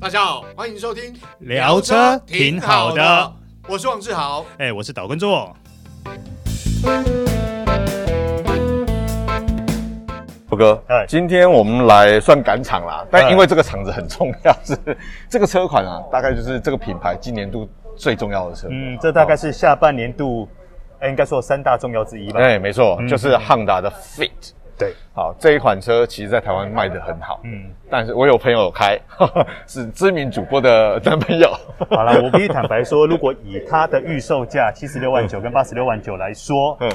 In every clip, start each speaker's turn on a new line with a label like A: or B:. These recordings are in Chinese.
A: 大家好，欢迎收听
B: 聊车挺好的，
A: 我是王志豪。
B: 哎、我是岛根座。
C: 福哥
B: 哎，
C: 今天我们来算赶场啦，但
B: 哎
C: 因为这个场子很重要，是 这个车款啊，大概就是这个品牌今年度最重要的车。
B: 嗯，这大概是下半年度，哎、应该说三大重要之一吧。
C: 哎，没错，
B: 嗯
C: 就是汉达的 Fit。
B: 对，
C: 好，这一款车其实在台湾卖的很好，
B: 嗯，
C: 但是我有朋友有开， 是知名主播的男朋友。
B: 好了，我必须坦白说，如果以它的预售价七十六万九跟八十六万九来说，
C: 嗯，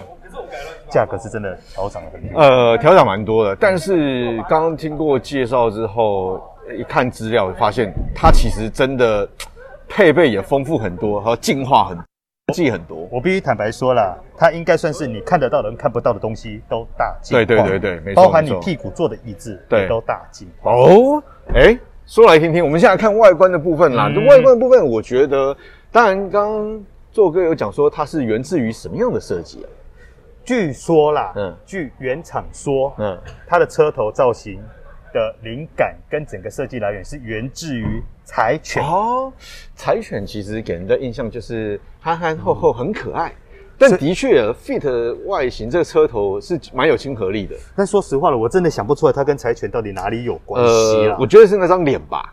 B: 价格是真的调涨了很多。
C: 呃，调整蛮多的，但是刚刚听过介绍之后，一看资料发现它其实真的配备也丰富很多，和进化很多，技很多。
B: 我必须坦白说啦，它应该算是你看得到的跟看不到的东西都大进化
C: 对对对对没错
B: 包含你
C: 没错
B: 屁股坐的椅子
C: 对
B: 也都大进化。
C: 哦，哎，说来听听，我们现在看外观的部分啦。
B: 嗯
C: 就外观的部分，我觉得，当然，刚刚做哥有讲说它是源自于什么样的设计啊？
B: 据说啦，
C: 嗯
B: 据原厂说，
C: 嗯，
B: 它的车头造型的灵感跟整个设计来源是源自于柴犬。
C: 哦，柴犬其实给人的印象就是憨憨厚厚，很可爱。但的确，Fit 啊外形这个车头是蛮有亲和力的。
B: 但说实话了，我真的想不出来它跟柴犬到底哪里有关系啊啦。
C: 呃我觉得是那张脸吧。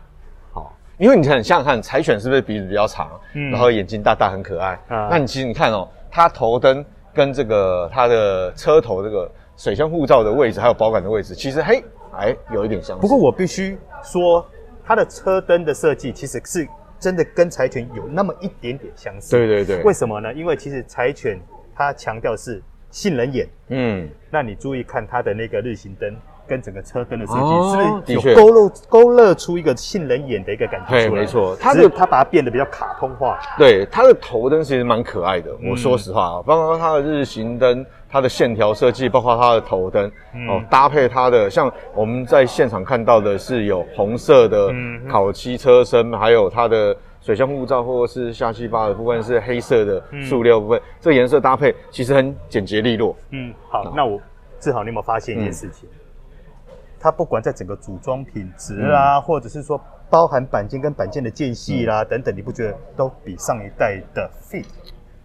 C: 好，因为你很想想看，柴犬是不是鼻子比较长，
B: 嗯
C: 然后眼睛大大，很可爱。
B: 啊
C: 那你其实你看哦，它头灯跟这个它的车头这个水箱护罩的位置，还有保杆的位置，其实嘿，哎，有一点相似。
B: 不过我必须说，它的车灯的设计其实是真的跟柴犬有那么一点点相似。
C: 对对对
B: 为什么呢？因为其实柴犬它强调是杏仁眼，
C: 嗯，
B: 那你注意看它的那个日行灯。跟整个车灯的设计、
C: 哦
B: 是
C: 的
B: 不是
C: 确
B: 有勾勒勾勒出一个杏仁眼的一个感觉
C: 对
B: 出来？
C: 没错
B: 它
C: 它的
B: 是它把它变得比较卡通化。
C: 对，它的头灯其实蛮可爱的。
B: 嗯
C: 我说实话啊，包括它的日行灯、它的线条设计，包括它的头灯、
B: 嗯
C: 哦，搭配它的像我们在现场看到的是有红色的
B: 嗯哼
C: 烤漆车身，还有它的水箱护罩或者是下气坝的部分是黑色的
B: 嗯
C: 塑料部分，这个颜色搭配其实很简洁利落。
B: 嗯，好，嗯那我志豪，你有没有发现一件事情？它不管在整个组装品质啦、或者是说包含板件跟板件的间隙啦、等等，你不觉得都比上一代的 Fit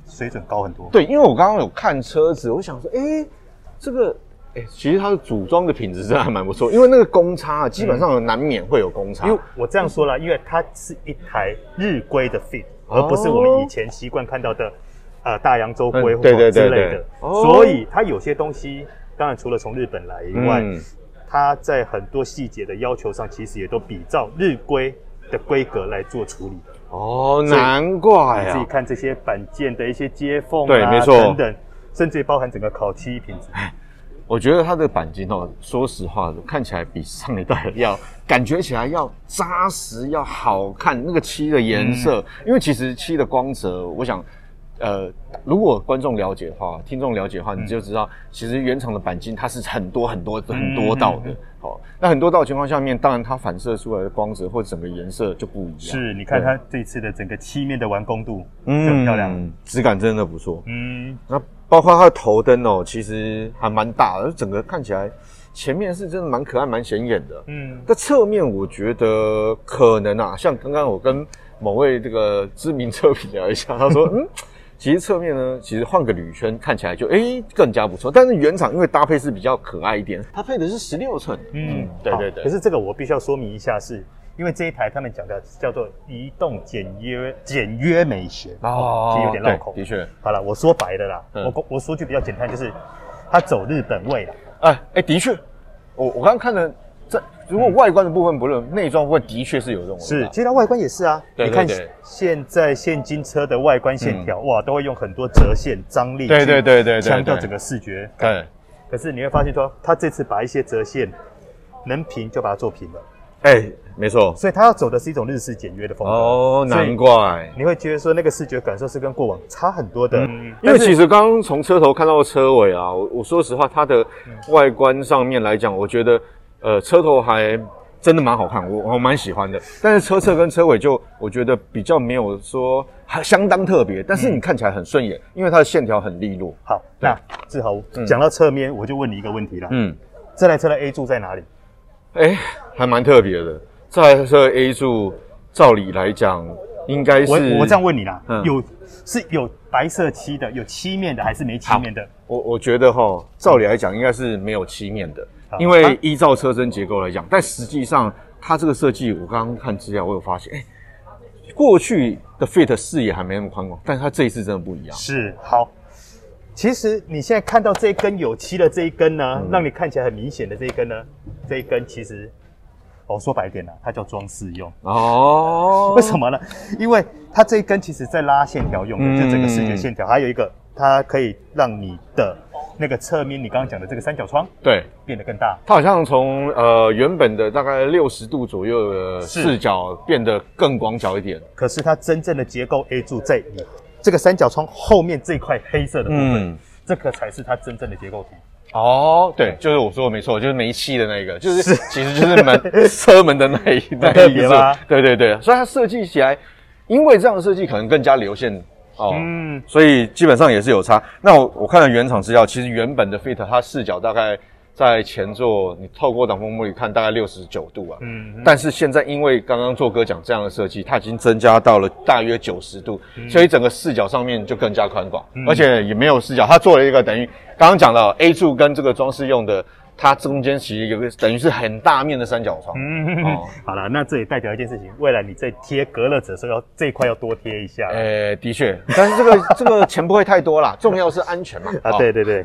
B: 水准高很多？
C: 对，因为我刚刚有看车子，我想说，哎，这个。哎，其实它的组装的品质真的还蛮不错，因为那个公差啊，基本上难免会有公差，
B: 因为我这样说啦，因为它是一台日规的 Fit，而不是我们以前习惯看到的呃大洋洲规
C: 嗯
B: 或
C: 对对对
B: 之类
C: 对
B: 的，
C: 哦
B: 所以它有些东西，当然除了从日本来以外，
C: 嗯
B: 它在很多细节的要求上，其实也都比照日规的规格来做处理。
C: 哦，
B: 所以
C: 难怪
B: 你自己
C: 啊！
B: 看这些板件的一些接缝啊，
C: 对没错哎
B: 等等，甚至于包含整个烤漆品质。
C: 我觉得它的钣金哦，说实话，看起来比上一代要感觉起来要扎实，要好看。那个漆的颜色，因为其实漆的光泽，我想，呃，如果观众了解的话，听众了解的话，你就知道，其实原厂的钣金它是很多很多很多道的。哦，那很多道的情况下面，当然它反射出来的光泽或者整个颜色就不一样。
B: 是，你看它这次的整个漆面的完工度，
C: 嗯，
B: 就很漂亮。，
C: 质感真的不错。
B: 嗯，
C: 那包括它的头灯哦，其实还蛮大的，整个看起来前面是真的蛮可爱、蛮显眼的。
B: 嗯，
C: 但侧面我觉得可能啊，像刚刚我跟某位这个知名车评聊一下，他 说，嗯，其实侧面呢，其实换个铝圈看起来就诶更加不错。但是原厂因为搭配是比较可爱一点，它配的是十六寸。
B: 嗯，
C: 对
B: 好
C: 对对
B: 可是这个我必须要说明一下是，因为这一台他们讲的叫做移动简约简约美学，
C: 哦
B: 其实有点绕口
C: 对。的确，
B: 好了，我说白了啦，
C: 嗯
B: 我我说句比较简单，就是它走日本味啦。
C: 哎哎，的确，我我刚刚看了这，如果外观的部分不论，内装部分的确是有这种味
B: 是，
C: 道
B: 其实它外观也是啊。
C: 对
B: 你看
C: 对对嗯
B: 现在现今车的外观线条，哇，都会用很多折线张力，
C: 对对对对对
B: 强调
C: 对
B: 整个视觉。
C: 对。
B: 可是你会发现说，它这次把一些折线能平就把它做平了，
C: 哎、没错。
B: 所以它要走的是一种日式简约的风格。
C: 哦，
B: 所以
C: 难怪。
B: 你会觉得说那个视觉感受是跟过往差很多的。嗯，
C: 因为其实刚刚从车头看到车尾啊，我我说实话，它的外观上面来讲，我觉得呃车头还真的蛮好看，我我蛮喜欢的。但是车侧跟车尾就我觉得比较没有说还相当特别，但是你看起来很顺眼，因为它的线条很利落。
B: 好，那志豪讲到侧面，我就问你一个问题了，
C: 嗯，
B: 这台车的 A 柱在哪里？
C: 哎、还蛮特别的。这台车 A 柱照理来讲应该是
B: 我我这样问你啦，
C: 嗯
B: 有是有白色漆的，有漆面的还是没漆面的？
C: 我我觉得哈，照理来讲应该是没有漆面的
B: 好，
C: 因
B: 啊
C: 为依照车身结构来讲，但实际上它这个设计，我刚刚看资料，我有发现，哎、过去的 Fit 视野还没那么宽广，但是它这一次真的不一样。
B: 是好。其实你现在看到这一根有漆的这一根呢，
C: 嗯
B: 让你看起来很明显的这一根呢，这一根其实，哦，说白一点呢、它叫装饰用。
C: 哦
B: 为什？么呢？因为它这一根其实在拉线条用
C: 嗯
B: 的，就整个视觉线条，还有一个它可以让你的那个侧面，你刚刚讲的这个三角窗
C: 对，
B: 变得更大。
C: 它好像从呃原本的大概六十度左右的
B: 是
C: 视角变得更广角一点。
B: 可是它真正的结构 A 柱在你这个三角窗后面这块黑色的部分，
C: 嗯
B: 这个才是它真正的结构图。
C: 哦，对，就是我说的没错，就是没漆的那一个，就是其实就是 门车门的那一那
B: 特
C: 一
B: 别
C: 个
B: 吧，
C: 对对对，所以它设计起来，因为这样的设计可能更加流线哦，
B: 嗯，
C: 所以基本上也是有差。那我我看了原厂资料，其实原本的 Fit 它视角大概在前座，你透过挡风玻璃看大概六十九度啊，
B: 嗯
C: 但是现在因为刚刚做哥讲这样的设计，它已经增加到了大约九十度，所以整个视角上面就更加宽广，而且也没有视角，它做了一个等于刚刚讲到 A 柱跟这个装饰用的，它中间其实有个等于是很大面的三角窗。
B: 嗯，
C: 哦
B: 好了，那这也代表一件事情，未来你在贴隔热纸的时候要这一块要多贴一下。
C: 呃，的确，但是这个这个钱不会太多啦，重要是安 全嘛。
B: 啊，
C: 哦
B: 对。对对，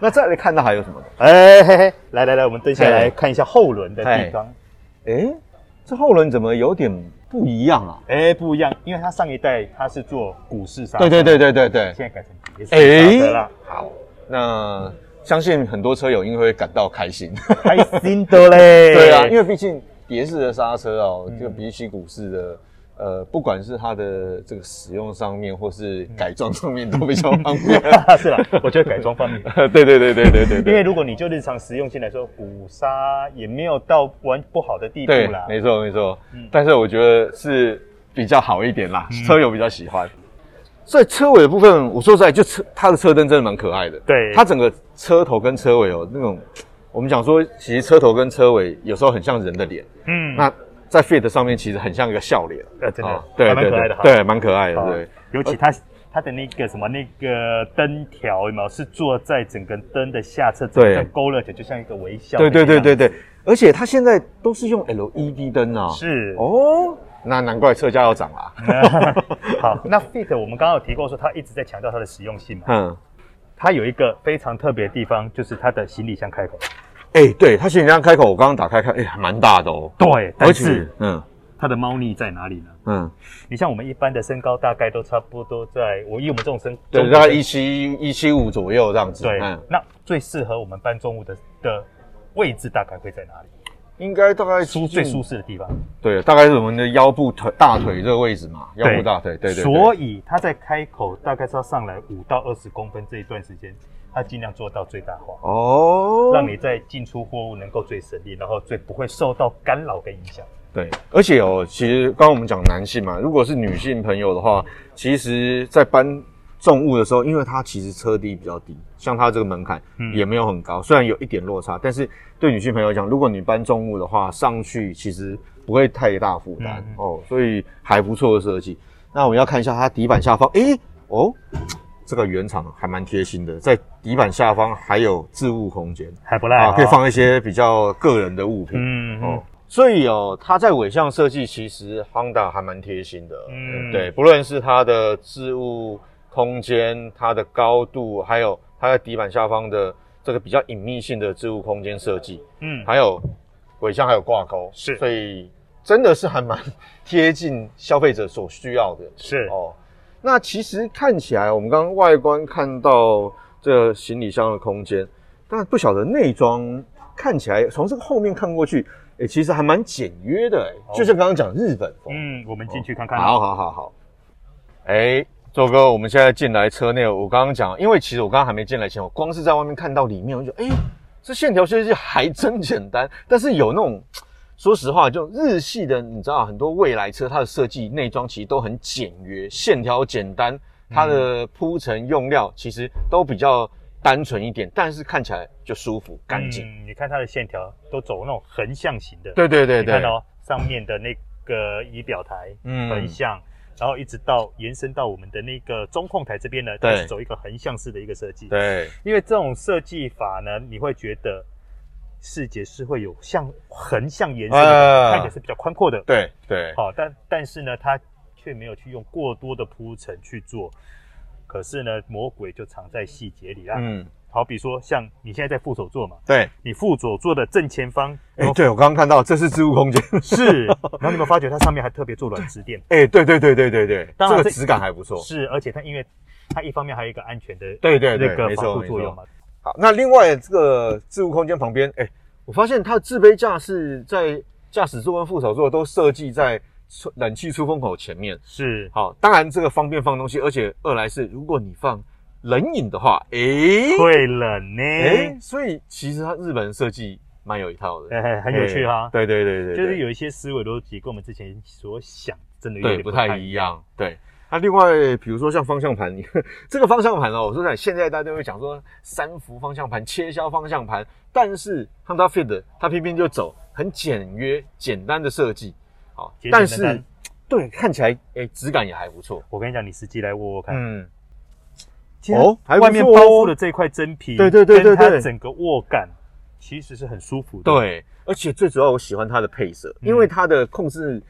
C: 那再来看到还有什么呢？
B: 哎嘿嘿，来来来，我们蹲下来
C: 嘿
B: 看一下后轮的地方。
C: 哎，这后轮怎么有点不一样啊？
B: 哎，不一样，因为它上一代它是做股市沙发，
C: 对对对，对对对。
B: 现在改成别式
C: 哎
B: 沙发啦，
C: 好，那相信很多车友应该会感到开心。
B: 开心的嘞。
C: 对啊，因为毕竟蝶式的刹车哦，这个比起股市的，呃，不管是它的这个使用上面，或是改装上面，都比较方便。
B: 是啦，我觉得改装方面。
C: 对对对对对对
B: 因为
C: 对，
B: 如果你就日常实用性来说，鼓刹也没有到完不好的地步
C: 对嗯
B: 啦，。
C: 没错没错。但是我觉得是比较好一点啦，车友比较喜欢。所以车尾的部分，我说实在，就车它的车灯真的蛮可爱的。
B: 对
C: 它整个车头跟车尾哦，那种我们讲说，其实车头跟车尾有时候很像人的脸。
B: 嗯，
C: 那在 Fit 上面其实很像一个笑脸。
B: 呃，真的
C: 啊，对
B: 还蛮
C: 对
B: 可爱
C: 对
B: 的哈。，
C: 对，蛮可爱哦的，
B: 啊
C: 对。
B: 尤其它它的那个什么那个灯条有没有是坐在整个灯的下侧，整
C: 对
B: 个勾勒起来就像一个微笑的
C: 对
B: 样子。
C: 对对对对，而且它现在都是用 LED 灯啊，
B: 是
C: 哦，那难怪车价要涨啊啦。
B: 好，那 Fit 我们刚刚有提过说，它一直在强调它的实用性嘛。
C: 嗯，
B: 它有一个非常特别的地方，就是它的行李箱开口。
C: 哎，对，它行李箱开口，我刚刚打开看，哎，还蛮大的哦。
B: 对
C: 而
B: 但
C: 且
B: 是，
C: 嗯
B: 它的猫腻在哪里呢？
C: 嗯，
B: 你像我们一般的身高大概都差不多在，我以我们这种身，
C: 对，
B: 中
C: 大
B: 等
C: 概
B: 身
C: 一七一七五左右这样子。
B: 对，
C: 嗯，
B: 那最适合我们搬重物的的位置大概会在哪里？
C: 应该大概
B: 舒最舒。适的地方。
C: 对，大概是我们的腰部、腿、大腿这个位置嘛，腰部、
B: 对
C: 大腿，对对。对
B: 所以它在开口大概是要上来五到二十公分这一段时间，它尽量做到最大化，
C: 哦，
B: 让你在进出货物能够最省力，然后最不会受到干扰跟影响。
C: 对，而且哦，其实刚刚我们讲男性嘛，如果是女性朋友的话，其实，在搬重物的时候，因为它其实车低比较低，像它这个门槛
B: 嗯
C: 也没有很高，虽然有一点落差，但是对女性朋友讲，如果你搬重物的话，上去其实不会太大负担、
B: 嗯
C: 哦，所以还不错的设计。那我们要看一下它底板下方，诶哦，这个原厂还蛮贴心的，在底板下方还有置物空间
B: 还不赖
C: 啊，
B: 哦
C: 可以。放一些比较个人的物品。
B: 嗯，
C: 哦
B: 嗯，
C: 所以哦，它在尾项设计其实 Honda 还蛮贴心的，嗯，
B: 嗯
C: 对，不论是它的置物空间、它的高度，还有它在底板下方的这个比较隐秘性的置物空间设计，
B: 嗯，
C: 还有尾箱还有挂钩，
B: 是
C: 所以真的是还蛮贴近消费者所需要的
B: 是
C: 哦。那其实看起来，我们刚刚外观看到这行李箱的空间，但不晓得内装看起来从这个后面看过去，诶、其实还蛮简约的、诶
B: 好
C: 就像刚刚讲日本风。
B: 嗯，我们进去看看。
C: 哦好，好好好。啊哎、周哥，我们现在进来车内，我刚刚讲，因为其实我刚刚还没进来前，我光是在外面看到里面，我就觉得哎、这线条设计还真简单，但是有那种。说实话，就日系的，你知道很多未来车，它的设计内装其实都很简约，线条简单，它的铺陈用料其实都比较单纯一点，但是看起来就舒服干净。
B: 嗯。你看它的线条都走那种横向型的。
C: 对对对
B: 你看
C: 对，
B: 哦，上面的那个仪表台、
C: 嗯
B: 横向，然后一直到延伸到我们的那个中控台这边呢，
C: 对
B: 它是走一个横向式的一个设计。，
C: 对，
B: 因为这种设计法呢，你会觉得视觉是会有向横向延伸的，
C: 啊
B: 看起来是比较宽阔的。
C: 对对，
B: 好，但但是呢，它却没有去用过多的铺陈去做。可是呢，魔鬼就藏在细节里啦。
C: 嗯，
B: 好比说，像你现在在副手座嘛，
C: 对，
B: 你副手座的正前方，
C: 哎、对我刚刚看到这是置物空间，
B: 是，然后你有没有发觉它上面还特别做软 质垫？
C: 哎、对对对对对对，
B: 当然
C: 这个
B: 这
C: 质感还不错。
B: 是，而且它因为它一方面还有一个安全的
C: 对对对
B: 那个
C: 没错
B: 防护
C: 没
B: 作用
C: 错
B: 嘛。
C: 好，那另外这个置物空间旁边，哎、我发现它的置杯架是在驾驶座跟副手座都设计在出冷气出风口前面。
B: 是，
C: 好，当然这个方便放东西，而且二来是如果你放冷饮的话，哎、
B: 会冷呢，
C: 哎、所以其实它日本设计蛮有一套的，
B: 哎哎很有趣哈
C: 哎。对对对对，
B: 就是
C: 有
B: 有一些思维逻辑跟我们之前所想真的有
C: 对
B: 点
C: 不
B: 太
C: 太一样，对。那、另外，比如说像方向盘，你 这个方向盘哦，我说实在，现在大家会讲说三幅方向盘、切削方向盘，但是 Honda Fit 它偏偏就走很简约、简单的设计，好，
B: 简简单
C: 但
B: 单
C: 是对看起来哎质感也还不错，
B: 我跟你讲，你实际来握握看，
C: 嗯，
B: 哎其实
C: 哦还不
B: 外面
C: 错哦
B: 包覆的这块真皮，
C: 对对对
B: 跟
C: 对
B: 它
C: 对
B: 整个握感其实是很舒服的。，
C: 对，而且最主要我喜欢它的配色，因为它的控制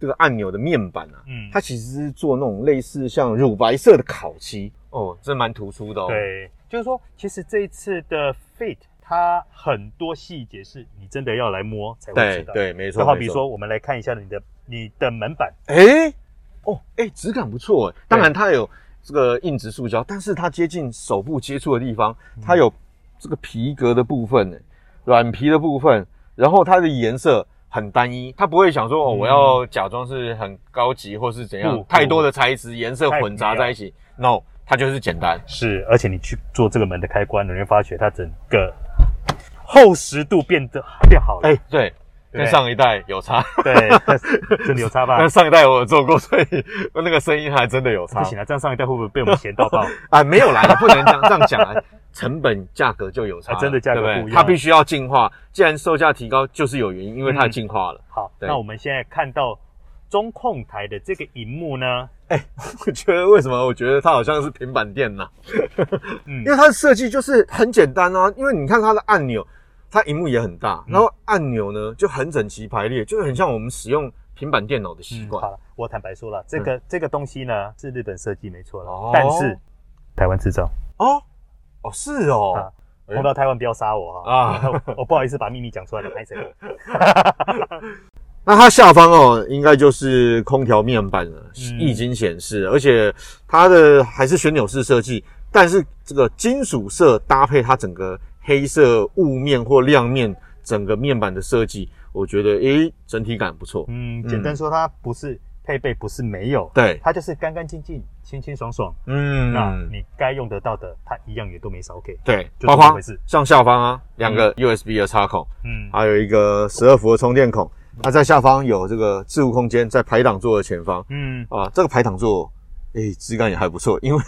C: 这个按钮的面板啊，
B: 嗯，
C: 它其实是做那种类似像乳白色的烤漆哦，这蛮突出的哦。，
B: 对，就是说，其实这一次的 Fit 它很多细节是你真的要来摸才会知
C: 对
B: 道。，
C: 对，没错。
B: 就好比
C: 没错，
B: 说，我们来看一下你的你的门板，
C: 哎、哦，哎、质感不错哎。当然它有这个硬质塑胶，但是它接近手部接触的地方，它有这个皮革的部分哎，软皮的部分，然后它的颜色。很单一，它不会想说哦，
B: 嗯
C: 我要假装是很高级或是怎样，
B: 不
C: 太多的材质颜色
B: 太啊
C: 混杂
B: 迷了
C: 在一起。No，它就是简单。
B: 是，而且你去做这个门的开关，你会发觉它整个厚实度变得变好了。
C: 哎、对，跟
B: 对
C: 上一代有差。
B: 对，真的有差吧
C: 但？上一代我有做过，所以那个声音还真的有差
B: 不行了，啊这样上一代会不会被我们嫌到爆？
C: 啊，没有啦，你不能这样这样讲啊， 成本价格就有差了，
B: 啊真的价格
C: 对
B: 不
C: 对
B: 一样
C: 它必须要进化，既然售价提高，就是有原因，因为它进化了。
B: 好，
C: 对
B: 那我们现在看到中控台的这个荧幕呢，
C: 我觉得为什么？我觉得它好像是平板电脑，
B: 嗯
C: 因为它的设计就是很简单啊，因为你看它的按钮，它荧幕也很大，然后按钮呢就很整齐排列，就是很像我们使用平板电脑的习
B: 嗯，
C: 惯
B: 好。了，我坦白说了，这个、这个东西呢是日本设计没错了，
C: 嗯哦
B: 但是台湾制造。
C: 哦哦，是哦，哎
B: 碰到台湾不要杀我哈！
C: 啊
B: 我我不好意思把秘密讲出来了，拍谁？
C: 那它下方哦，应该就是空调面板了，
B: 嗯
C: 液晶显示，而且它的还是旋钮式设计，但是这个金属色搭配它整个黑色雾面或亮面整个面板的设计，我觉得诶、整体感不错。
B: 嗯，简单说，它不是配备，不是没有，
C: 对，
B: 它就是干干净净、清清爽爽。
C: 嗯，
B: 那你该用得到的，它一样也都没少给。
C: 对，
B: 就
C: 包
B: 这么
C: 括
B: 回事
C: 像下方啊，两个 USB 的插孔，
B: 嗯，
C: 还有一个十二伏的充电孔，那在下方有这个置物空间，在排挡座的前方。
B: 嗯，
C: 啊，这个排挡座，诶、质感也还不错，因为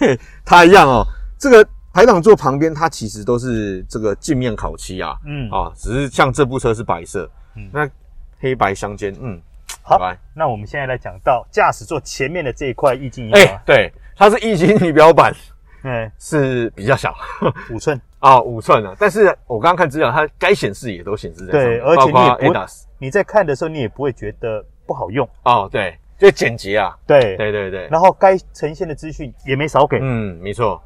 C: 它一样哦，这个排挡座旁边它其实都是这个镜面烤漆啊，
B: 嗯
C: 啊，只是像这部车是白色，
B: 嗯
C: 那黑白相间，嗯，
B: 好
C: 白，
B: 那我们现在来讲到驾驶座前面的这一块液晶仪
C: 哎、
B: 表，
C: 对，它是液晶仪表板哎
B: 嗯，
C: 是比较小
B: 五寸，
C: 啊，五寸啊，但是我刚刚看资料，它该显示也都显示在上
B: 对，
C: 面
B: 而且
C: 包括
B: 你也不
C: ADAS
B: 你在看的时候你也不会觉得不好用，
C: 哦，对，就简洁啊，
B: 对，
C: 对对对，
B: 然后该呈现的资讯也没少给，
C: 嗯，没错。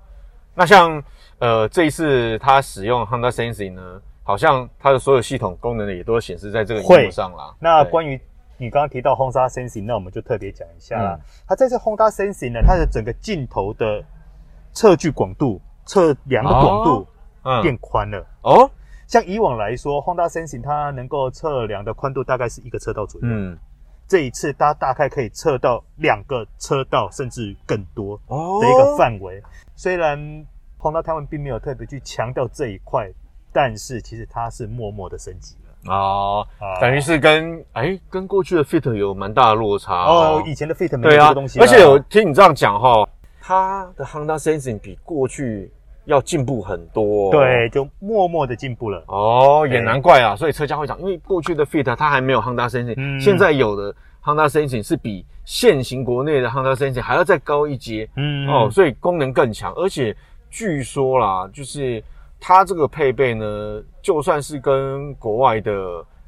C: 那像呃这一次它使用 Honda Sensing 呢，好像它的所有系统功能也都显示在这个荧幕
B: 会
C: 上啦。
B: 那
C: 对
B: 关于你刚刚提到 Honda Sensing，那我们就特别讲一下
C: 嗯
B: 啦。它这次 Honda Sensing 呢，它的整个镜头的测距广度、测量的广度变
C: 嗯
B: 宽了。
C: 哦
B: 像以往来说，Honda Sensing 它能够测量的宽度大概是一个车道左右，
C: 嗯
B: 这一次它大概可以测到两个车道甚至更多
C: 哦
B: 的一个范围。虽然 Honda 他们并没有特别去强调这一块，但是其实它是默默的升级了。
C: 哦，
B: 啊
C: 等于是跟哎跟过去的 Fit 有蛮大的落差
B: 哦，以前的 Fit 没有
C: 对
B: 这
C: 啊
B: 个东西，啦，
C: 而且我听你这样讲哈，它的 Honda Sensing 比过去要进步很多、哦。
B: 对，就默默的进步了。
C: 哦，也
B: 对
C: 难怪啊。所以车价会涨，因为过去的 Fit 它还没有 Honda Sensing，、
B: 嗯
C: 现在有的 Honda Sensing 是比现行国内的 Honda Sensing 还要再高一阶、
B: 嗯，
C: 哦，，所以功能更强。而且据说啦，就是它这个配备呢，就算是跟国外的，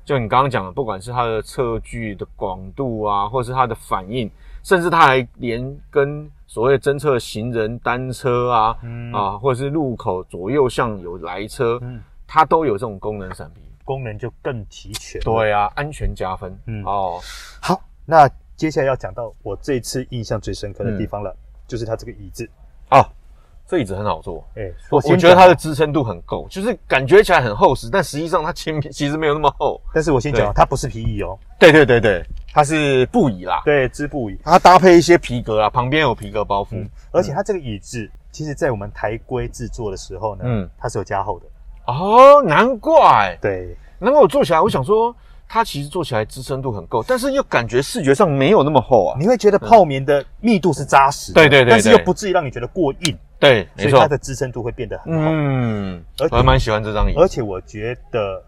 C: 就你刚刚讲的，不管是它的测距的广度啊，或是它的反应，甚至它还连跟所谓侦测行人、单车啊，
B: 嗯
C: 啊，或者是路口左右向有来车，
B: 嗯
C: 它都有这种功能闪避。
B: 功能就更齐全。，
C: 对啊，安全加分。
B: 嗯
C: 哦，
B: 好，那接下来要讲到我这一次印象最深刻的地方了，
C: 嗯
B: 就是它这个椅子。
C: 哦，这椅子很好坐，
B: 哎、
C: 我
B: 先
C: 我觉得它
B: 讲
C: 的，支撑度很够，就是感觉起来很厚实，但实际上它其其实没有那么厚。
B: 但是我先讲
C: 对，
B: 它不是皮椅哦，
C: 对对对对，它是布椅啦，
B: 对，织布椅。
C: 它嗯搭配一些皮革啊，旁边有皮革包覆。
B: 而且它这个椅子，其实在我们台规制作的时候呢，
C: 嗯
B: 它是有加厚的。
C: 哦，难怪，
B: 对，
C: 难怪我坐起来，我想说它其实坐起来支撑度很够，但是又感觉视觉上没有那么厚啊。
B: 你会觉得泡棉的密度是扎实的，
C: 对对对
B: 但是又
C: 对
B: 不至于让你觉得过硬，
C: 对，
B: 所
C: 没
B: 以
C: 错
B: 它。的支撑度会变得很好。
C: 嗯，
B: 而且
C: 我还蛮喜欢这张椅。
B: 而且我觉得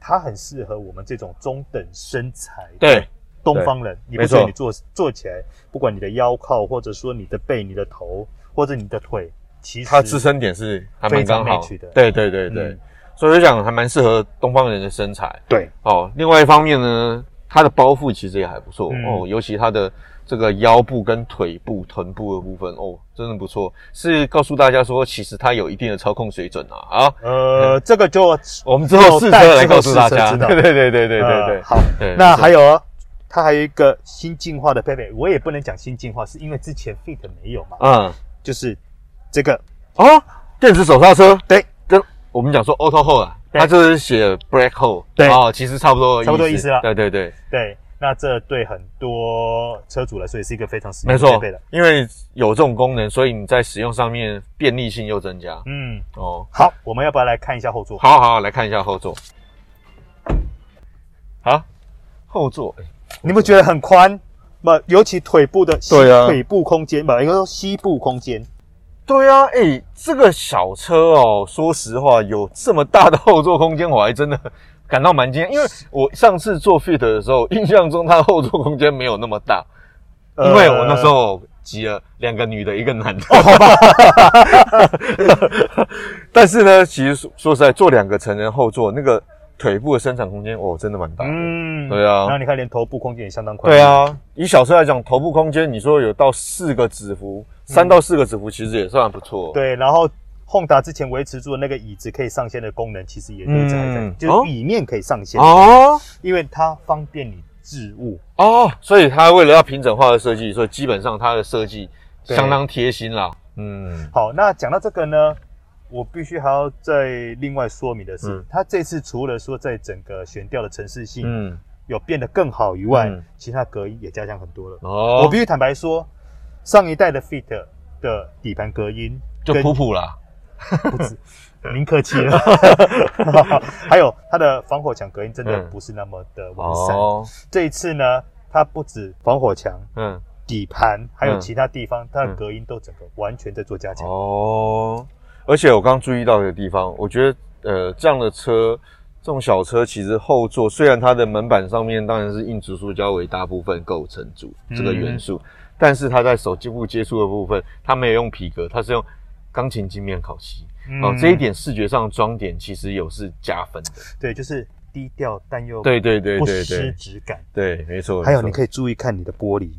B: 它很适合我们这种中等身材的
C: 对，
B: 东方人，你不
C: 没
B: 觉得
C: 错
B: 你坐坐起来，不管你的腰靠，或者说你的背、你的头，或者你的腿，其实
C: 它支撑点是还
B: 非
C: 蛮刚
B: 常
C: 好
B: 内取的
C: 对对对对，
B: 嗯
C: 所以我就讲还蛮适合东方人的身材
B: 对，
C: 哦。另外一方面呢，它的包覆其实也还不错、
B: 嗯
C: 哦，尤其它的这个腰部跟腿部、臀部的部分哦，真的不错。是告诉大家说，其实它有一定的操控水准啊。啊，
B: 呃，这个就
C: 我们之后试车来告诉大
B: 之后
C: 家。
B: 试车知道
C: 对对对对对对
B: 呃
C: 对。
B: 好，
C: 对
B: 那还
C: 有
B: 有哦，它还有一个新进化的配备，我也不能讲新进化，是因为之前 Fit 没有嘛，
C: 嗯
B: 就是这个
C: 哦，电子手刹车
B: 对。
C: 跟我们讲说 auto hold 啊，
B: 对
C: 它就是写 brake hold，
B: 对
C: 哦，其实差不多的
B: 差不多意思啦
C: 对对对。
B: 对，那这对很多车主来说也是一个非常实用
C: 没
B: 的配
C: 错
B: 备了。，
C: 因为有这种功能，所以你在使用上面便利性又增加。
B: 嗯，
C: 哦，
B: 好，我们要不要来看一下后座？
C: 好啊好来看一下后座。好，后座，哎
B: 你们觉得很宽？不，尤其腿部的膝
C: 对啊
B: 腿部空间，不，应该说膝部空间。
C: 对啊，哎、这个小车哦，说实话，有这么大的后座空间，我还真的感到蛮惊讶，因为我上次坐 Fit 的时候，印象中它的后座空间没有那么大，
B: 呃
C: 因为我那时候集了两个女的，一个男的，哦好吧。 但是呢，其实说说实在，坐两个成人后座，那个腿部的伸展空间，哦，真的蛮大的。
B: 嗯
C: 对啊
B: 然后你看，连头部空间也相当宽。
C: 对，啊，以小车来讲，头部空间你说有到四个指幅，三到四个指幅，其实也算不错。，
B: 对，然后 Honda 之前维持住的那个椅子可以上掀的功能，其实也一直还在，
C: 嗯
B: 就是椅面可以上掀，
C: 哦
B: 因为它方便你置物。
C: 哦，所以它为了要平整化的设计，所以基本上它的设计
B: 对
C: 相当贴心啦。嗯，
B: 好，那讲到这个呢，我必须还要再另外说明的是
C: 嗯，
B: 它这次除了说在整个悬吊的城市性
C: 嗯，
B: 有变得更好以外
C: 嗯，
B: 其他隔音也加强很多了。
C: 哦，
B: 我必须坦白说，上一代的 Fit 的底盘隔音
C: 就
B: 跟
C: 普普啦。
B: 您客气了。还有它的防火墙隔音真的
C: 嗯
B: 不是那么的完善。
C: 哦，
B: 这一次呢，它不止防火墙、
C: 嗯，
B: 底盘，还有
C: 嗯
B: 其他地方，它的隔音都整个完全在做加强。
C: 哦，而且我刚注意到一个地方，我觉得呃，这样的车，这种小车其实后座虽然它的门板上面当然是硬质塑胶为大部分构成主这个元素，但是它在手机部接触的部分，它没有用皮革，它是用钢琴镜面烤漆。哦
B: 嗯，
C: 这一点视觉上的装点其实有是加分的。
B: 对，就是低调但又
C: 对对对
B: 不
C: 对
B: 失
C: 对
B: 质感。
C: 对，没错。
B: 还有，
C: 没
B: 你
C: 错
B: 可以注意看你的玻璃，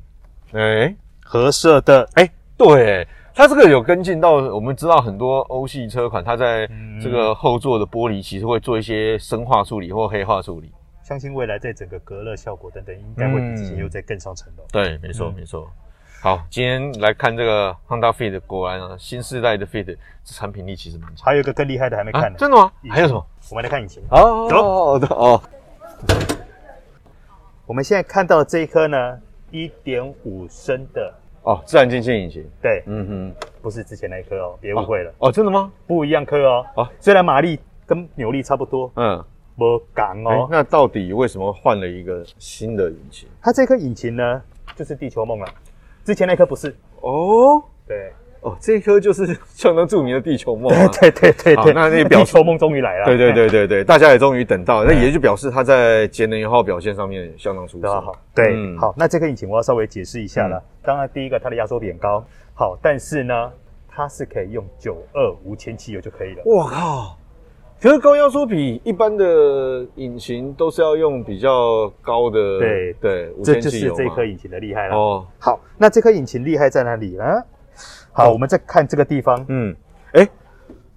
C: 哎、
B: 合色的
C: 哎、对，它这个有跟进到，我们知道很多欧系车款，它在
B: 嗯
C: 这个后座的玻璃其实会做一些生化处理或黑化处理。
B: 相信未来在整个隔热效果等等，应该会比之前
C: 嗯
B: 又再更上层楼。
C: 对，没错、
B: 嗯
C: 没错。好，今天来看这个 Honda Fit，果然啊，新世代的 Fit 这产品力其实蛮强
B: 还有一个更厉害的还没
C: 啊
B: 看，呢，
C: 真的吗
B: 引？擎
C: 还有什么？
B: 我们来看引擎。
C: 哦，
B: 走
C: 哦哦哦，
B: 我们现在看到的这一颗呢，一点五升的，
C: 哦，自然进气引擎。
B: 对，
C: 嗯哼，
B: 不是之前那一颗哦，别误会了，
C: 哦，真的吗？
B: 不一样颗哦。
C: 啊
B: 虽然马力跟扭力差不多，
C: 嗯，
B: 不港
C: 哎、
B: 哦。
C: 那到底为什么换了一个新的引擎？
B: 它这颗引擎呢，就是地球梦了，之前那颗不是。
C: 哦，
B: 对，
C: 哦，这一颗就是相当著名的地球 梦、啊。
B: 对对对
C: 好
B: 对，
C: 那那也表
B: 地
C: 示
B: 球梦终于来了。
C: 对对对对对，大家也终于等到，那
B: 嗯
C: 也就表示它在节能油耗表现上面相当出
B: 大家
C: 色。
B: 好，对，
C: 嗯
B: 好，那这个引擎我要稍微解释一下了。当然，第一个它的压缩比很高，好，但是呢，它是可以用九二无铅汽油就可以了。
C: 我靠！可是高压缩比一般的引擎都是要用比较高的，
B: 对
C: 对，无
B: 这
C: 铅
B: 就
C: 汽
B: 是
C: 油
B: 这
C: 嘛
B: 颗啊引擎的厉害了。
C: 哦，
B: 好，那这颗引擎厉害在哪里呢？好，
C: 哦
B: 我们再看这个地方，
C: 嗯，哎，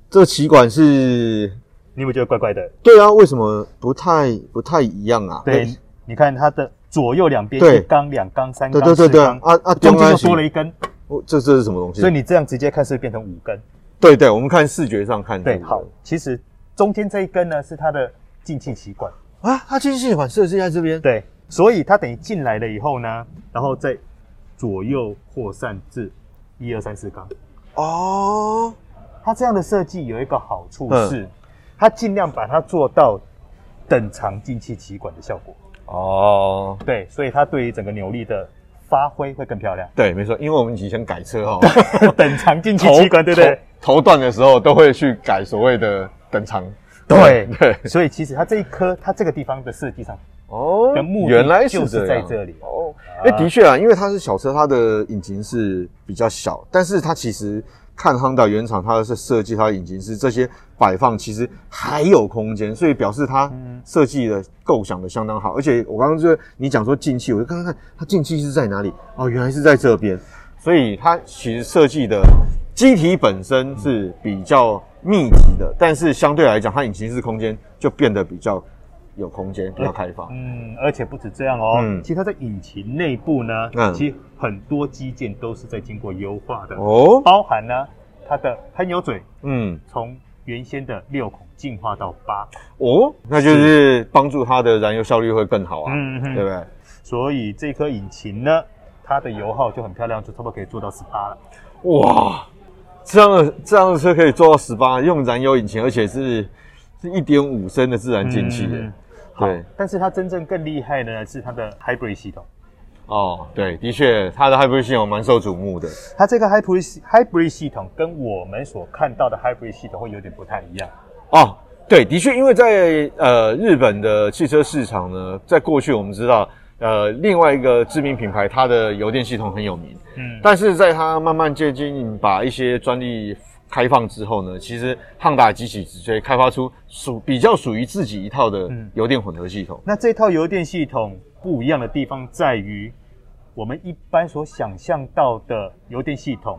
C: 这气管是，
B: 你有没有觉得怪怪的？
C: 对啊，为什么不太不太一样啊？
B: 对
C: 诶，
B: 你看它的左右两边，
C: 对
B: 一缸、两缸、三
C: 对
B: 缸、
C: 对对对
B: 四
C: 啊
B: 缸
C: 啊，
B: 中间
C: 又
B: 又多了一根，
C: 哦，这这是什么东西？
B: 所以你这样直接看是不是变成五根？
C: 对对，我们看视觉上看
B: 对，
C: 这个
B: 好，其实中间这一根呢是它的进气歧管，
C: 啊，它进气管设置在这边，
B: 对，所以它等于进来了以后呢，然后再左右扩散至一二三四缸。
C: 哦，
B: 它这样的设计有一个好处
C: 嗯
B: 是，它尽量把它做到等长进气歧管的效果。
C: 哦，
B: 对，所以它对于整个扭力的发挥会更漂 亮。
C: 对，没错，因为我们以前改车 哦，
B: 等长进气
C: 头
B: 歧管，对不对？
C: 头头段的时候都会去改所谓的等长，
B: 对
C: 对，
B: 所以其实它这一颗，它这个地方的设计上，
C: 哦
B: 的目的
C: 原来是
B: 就是
C: 这
B: 在
C: 样
B: 这里
C: 哦。哎、的确啊，因为它是小车，它的引擎是比较小，但是它其实看 Honda 原厂它的设计，它的引擎是这些摆放其实还有空间，所以表示它设计的构想的相当好。而且我刚刚就是你讲说进气，我就看看它进气是在哪里哦，原来是在这边，所以它其实设计的机体本身是比较密集的，但是相对来讲，它引擎室空间就变得比较有空间，比较开放。
B: 嗯，而且不止这样哦，
C: 嗯
B: 其实它在引擎内部呢，
C: 嗯
B: 其实很多基建都是在经过优化的，
C: 哦，
B: 包含呢它的喷油嘴
C: 嗯，
B: 从原先的六孔进化到八，
C: 哦，那就是帮助它的燃油效率会更好啊，
B: 嗯
C: 对不
B: 嗯，
C: 对？
B: 所以这颗引擎呢，它的油耗就很漂亮，就差不多可以做到十八了。
C: 哇，这样的这样的车可以做到十八，用燃油引擎，而且是是一点五升的自然进气耶。
B: 嗯嗯嗯
C: 对，
B: 但是它真正更厉害的呢是它的 hybrid 系统。
C: 哦，对，的确，它的 hybrid 系统蛮受瞩目的。
B: 它这个 hybrid 系 hybrid 系统跟我们所看到的 hybrid 系统会有点不太一样。
C: 哦，对，的确，因为在呃日本的汽车市场呢，在过去我们知道，呃，另外一个知名品牌它的油电系统很有名，
B: 嗯，
C: 但是在它慢慢接近把一些专利开放之后呢，其实汉达集体直接开发出属比较属于自己一套的
B: 嗯
C: 油电混合系统。
B: 那这套油电系统不一样的地方在于，我们一般所想象到的油电系统，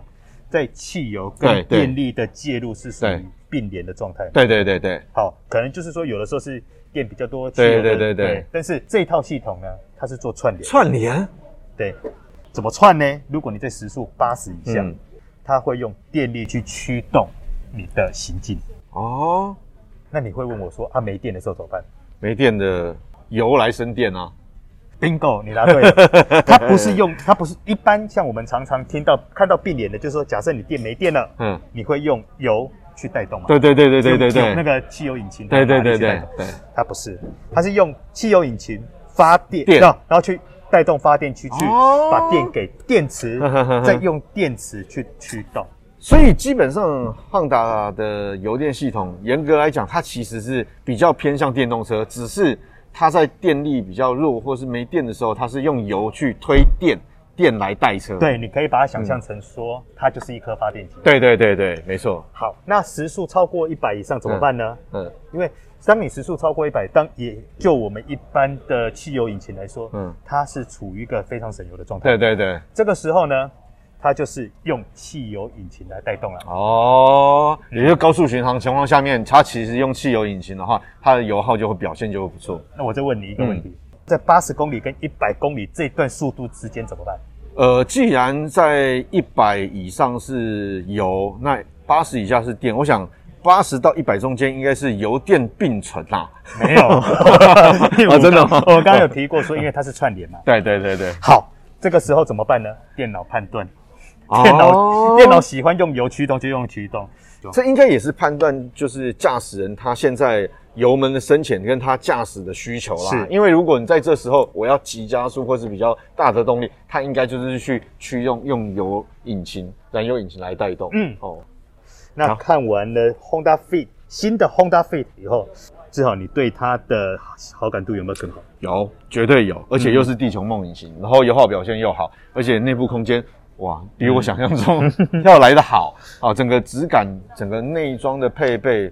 B: 在汽油
C: 对
B: 跟
C: 对
B: 电力的介入是属
C: 对
B: 于并联的状态。
C: 对对对对，
B: 好，可能就是说有的时候是电比较多，汽
C: 对
B: 油的
C: 对对对
B: 但是这套系统呢，它是做串联，
C: 串联，
B: 对，怎么串呢？如果你在时速八十以下，
C: 嗯
B: 它会用电力去驱动你的行进。
C: 哦，
B: 那你会问我说啊，没电的时候怎么办
C: 没电的油来生电啊，
B: ？Bingo，你答 对 了。它不是用，它不是一般像我们常常听到看到并联的，就是说，假设你电没电了，
C: 嗯，
B: 你会用油去带动嘛？
C: 对对对对对对
B: 用用那
C: 对，
B: 个汽油引擎的
C: 对对
B: 马
C: 对
B: 力去带
C: 对
B: 动
C: 对，
B: 它不是，它是用汽油引擎发电，
C: 电
B: 然后然后去带动发电机去
C: 哦，
B: 把电给电池 再用电池去驱动。
C: 所以基本上汉达的油电系统，严格来讲，它其实是比较偏向电动车，只是它在电力比较弱或是没电的时候，它是用油去推电，电来带车。
B: 对，你可以把它想象成说，它就是一颗发电机。
C: 对对对对，没错。
B: 好，那时速超过一百以上怎么办呢？
C: 嗯
B: 因为当你时速超过一百，当也就我们一般的汽油引擎来说，
C: 嗯
B: 嗯，它是处于一个非常省油的状态。
C: 对对对，
B: 这个时候呢，它就是用汽油引擎来带动了。
C: 哦，也就是高速巡航情况下面，它其实用汽油引擎的话，它的油耗就会表现就会不错。
B: 那我再问你一个
C: 嗯
B: 问题，在八十公里跟一百公里这段速度之间怎么办？
C: 呃，既然在一百以上是油，那八十以下是电，我想八十到一百中间应该是油电并存啊啦、
B: 没有， 因为我
C: 哦真的
B: 刚
C: 哦
B: 我刚刚有提过说，因为它是串联 嘛。
C: 对对对对，
B: 好，这个时候怎么办呢？电脑判断，
C: 哦
B: 电脑、电脑喜欢用油驱动就用驱动，
C: 这应该也是判断，就是驾驶人他现在油门的深浅跟它驾驶的需求啦
B: 是。
C: 因为如果你在这时候我要急加速或是比较大的动力，它应该就是去去用用油引擎、燃油引擎来带动。
B: 嗯
C: 哦，
B: 那
C: 好
B: 看完了 Honda Fit 新的 Honda Fit 以后，至少你对它的好感度有没有更好？
C: 有，绝对有，而且又是地球梦引擎，然后油耗表现又好，而且内部空间哇，比我想象中
B: 嗯
C: 要来的好啊！整个质感、整个内装的配备，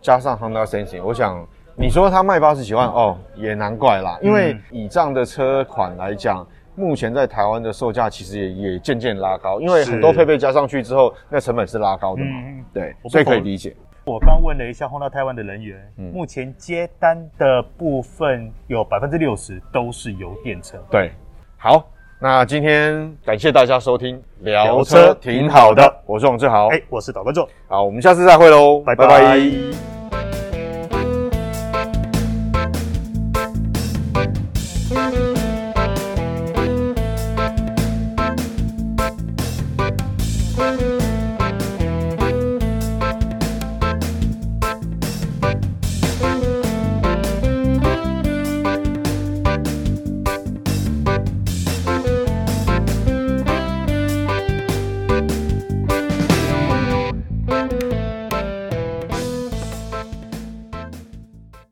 C: 加上 Honda Sensing，我想你说它卖八十几万哦，也难怪啦，因为
B: 嗯
C: 以这样的车款来讲。目前在台湾的售价其实也也渐渐拉高，因为
B: 是
C: 很多配备加上去之后，那成本是拉高的嘛，
B: 嗯
C: 对，
B: 我不
C: 所以可以
B: 否
C: 理解。
B: 我刚问了一下 Honda 台湾的人员，
C: 嗯
B: 目前接单的部分有百分之六十都是油电车。
C: 对，好，那今天感谢大家收听聊
B: 聊
C: 车
B: 车
C: 挺
B: 挺
C: 好
B: 好的
C: 的，我是王志豪，
B: 哎、我是导观众，
C: 好，我们下次再会喽，
B: 拜拜